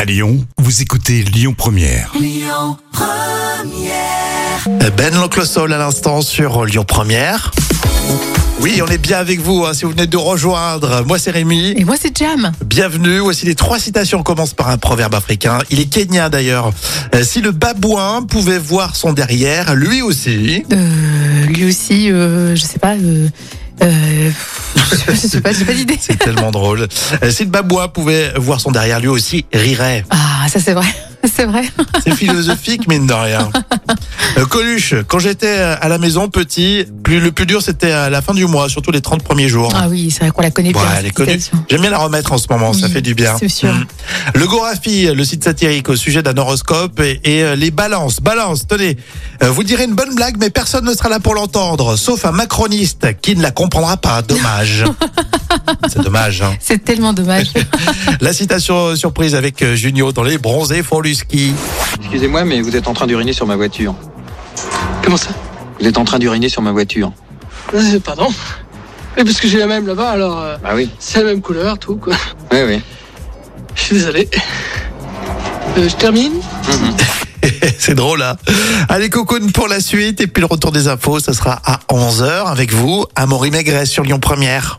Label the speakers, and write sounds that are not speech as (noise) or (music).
Speaker 1: À Lyon, vous écoutez Lyon Première.
Speaker 2: Ben L'Oncle Sol à l'instant sur Lyon Première. Oui, on est bien avec vous hein, si vous venez de nous rejoindre. Moi c'est Rémi,
Speaker 3: Et moi, c'est Jam.
Speaker 2: bienvenue. Voici les trois citations. On commence par un proverbe africain. Il est kenyan d'ailleurs. Euh, si le babouin pouvait voir son derrière, lui aussi.
Speaker 3: Euh, lui aussi, euh, je sais pas. Euh, euh, (laughs) je sais pas, j'ai pas d'idée.
Speaker 2: C'est tellement (laughs) drôle. Euh, Si le babouin pouvait voir son derrière, lui aussi rirait.
Speaker 3: Ah, ça c'est vrai. (laughs) C'est vrai.
Speaker 2: C'est philosophique, mine de rien. Euh, Coluche, quand j'étais euh, à la maison petit, plus, le plus dur c'était à la fin du mois, surtout les 30 premiers jours.
Speaker 3: Ah oui, c'est vrai qu'on la connaît
Speaker 2: Ouais,
Speaker 3: bien.
Speaker 2: elle est
Speaker 3: cette
Speaker 2: connue.
Speaker 3: citation.
Speaker 2: J'aime bien la remettre en ce moment, ça
Speaker 3: Oui,
Speaker 2: fait du bien.
Speaker 3: c'est sûr.
Speaker 2: Mm. Le Gorafi, le site satirique au sujet d'un horoscope et, et, euh, les balances. Balance, tenez, euh, vous direz une bonne blague, mais personne ne sera là pour l'entendre, sauf un macroniste qui ne la comprendra pas.
Speaker 3: (laughs)
Speaker 2: Dommage. C'est dommage. hein.
Speaker 3: C'est tellement dommage.
Speaker 2: La citation surprise avec euh, Junio dans les bronzés font du ski. (laughs)
Speaker 4: Excusez-moi, mais vous êtes en train d'uriner sur ma voiture.
Speaker 5: Comment ça
Speaker 4: Vous êtes en train d'uriner sur ma voiture.
Speaker 5: Euh, Pardon Mais parce que j'ai la même là-bas, alors euh,
Speaker 4: Bah oui.
Speaker 5: c'est la même couleur, tout quoi. (laughs)
Speaker 4: Oui, oui.
Speaker 5: Je suis désolé. Euh, je termine
Speaker 2: C'est drôle, hein Allez, cocoon pour la suite. Et puis le retour des infos, ça sera à 11h avec vous, Amaury Maigret sur Lyon Première.